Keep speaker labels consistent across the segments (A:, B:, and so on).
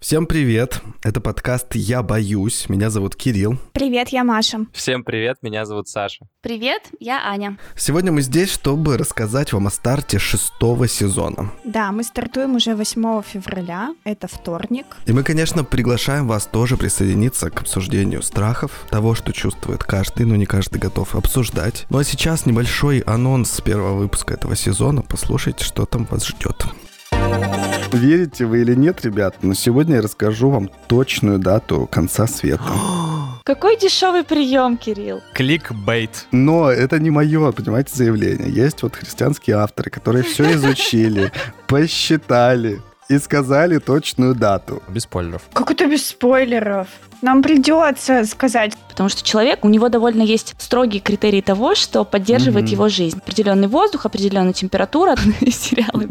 A: Всем привет! Это подкаст «Я боюсь». Меня зовут Кирилл.
B: Привет, я Маша.
C: Всем привет, меня зовут Саша.
D: Привет, я Аня.
A: Сегодня мы здесь, чтобы рассказать вам о старте шестого сезона.
B: Да, мы стартуем уже 8 февраля, это вторник.
A: И мы, конечно, приглашаем вас тоже присоединиться к обсуждению страхов, того, что чувствует каждый, но не каждый готов обсуждать. Ну а сейчас небольшой анонс первого выпуска этого сезона. Послушайте, что там вас ждет. Верите вы или нет, ребят, но сегодня я расскажу вам точную дату конца света.
D: Какой дешевый прием, Кирилл.
C: Кликбейт.
A: Но это не мое, понимаете, заявление. Есть вот христианские авторы, которые все изучили, посчитали и сказали точную дату.
C: Без спойлеров.
B: Как-то без спойлеров. Нам придется сказать.
D: Потому что человек, у него довольно есть строгие критерии того, что поддерживает его жизнь. Определенный воздух, определенная температура и сериалы.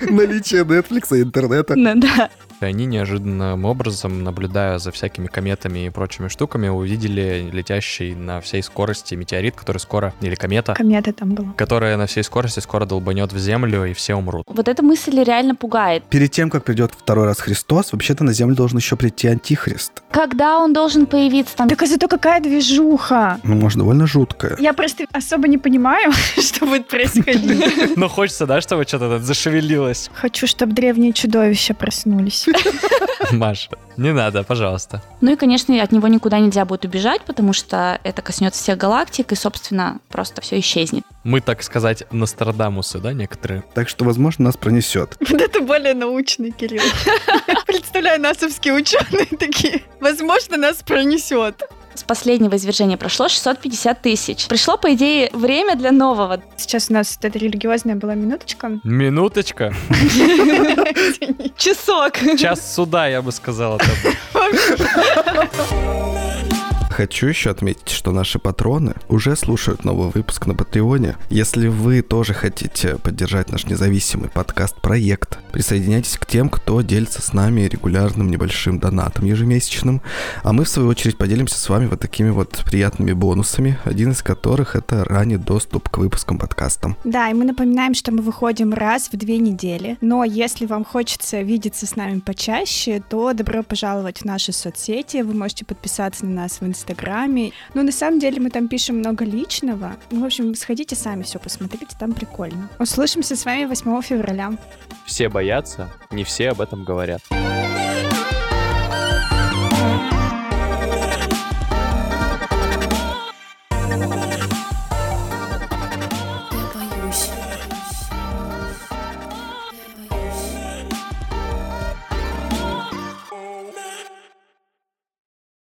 A: Наличие Netflix и интернета.
D: Ну Да.
C: И Они неожиданным образом, наблюдая за всякими кометами и прочими штуками, увидели летящий на всей скорости метеорит, который скоро, или комета,
B: Комета там была.
C: которая на всей скорости скоро долбанет в землю, и все умрут.
D: Вот эта мысль реально пугает.
A: Перед тем, как придет второй раз Христос, вообще-то на землю должен еще прийти Антихрист.
D: Когда он должен появиться там?
B: Так а зато какая движуха.
A: Ну, может, довольно жуткая.
B: Я просто особо не понимаю, что будет происходить.
C: Но Ну, хочется, да, чтобы что-то тут зашевелилось.
B: Хочу, чтобы древние чудовища проснулись.
C: Маша, не надо, пожалуйста.
D: Ну и, конечно, от него никуда нельзя будет убежать, потому что это коснется всех галактик, и, собственно, просто все исчезнет.
C: Мы, так сказать, Нострадамусы, да, некоторые?
A: Так что, возможно, нас пронесет.
B: Вот это более научный, Кирилл. Представляю, насовские ученые такие. Возможно, нас пронесет.
D: С последнего извержения прошло 650 тысяч. Пришло, по идее, время для нового.
B: Сейчас у нас вот эта религиозная была минуточка.
C: Минуточка.
B: Извини.
D: Часок.
C: Час суда, я бы сказал. это был.
A: Хочу еще отметить, что наши патроны уже слушают новый выпуск на Патреоне. Если вы тоже хотите поддержать наш независимый подкаст-проект, присоединяйтесь к тем, кто делится с нами регулярным небольшим донатом ежемесячным. А мы, в свою очередь, поделимся с вами вот такими вот приятными бонусами, один из которых — это ранний доступ к выпускам подкаста.
B: Да, и мы напоминаем, что мы выходим раз в две недели. Но если вам хочется видеться с нами почаще, то добро пожаловать в наши соцсети. Вы можете подписаться на нас в Инстаграме. Но на самом деле мы там пишем много личного. Ну, в общем, сходите сами все посмотрите, там прикольно. Услышимся с вами 8 февраля.
C: Все боятся, не все об этом говорят.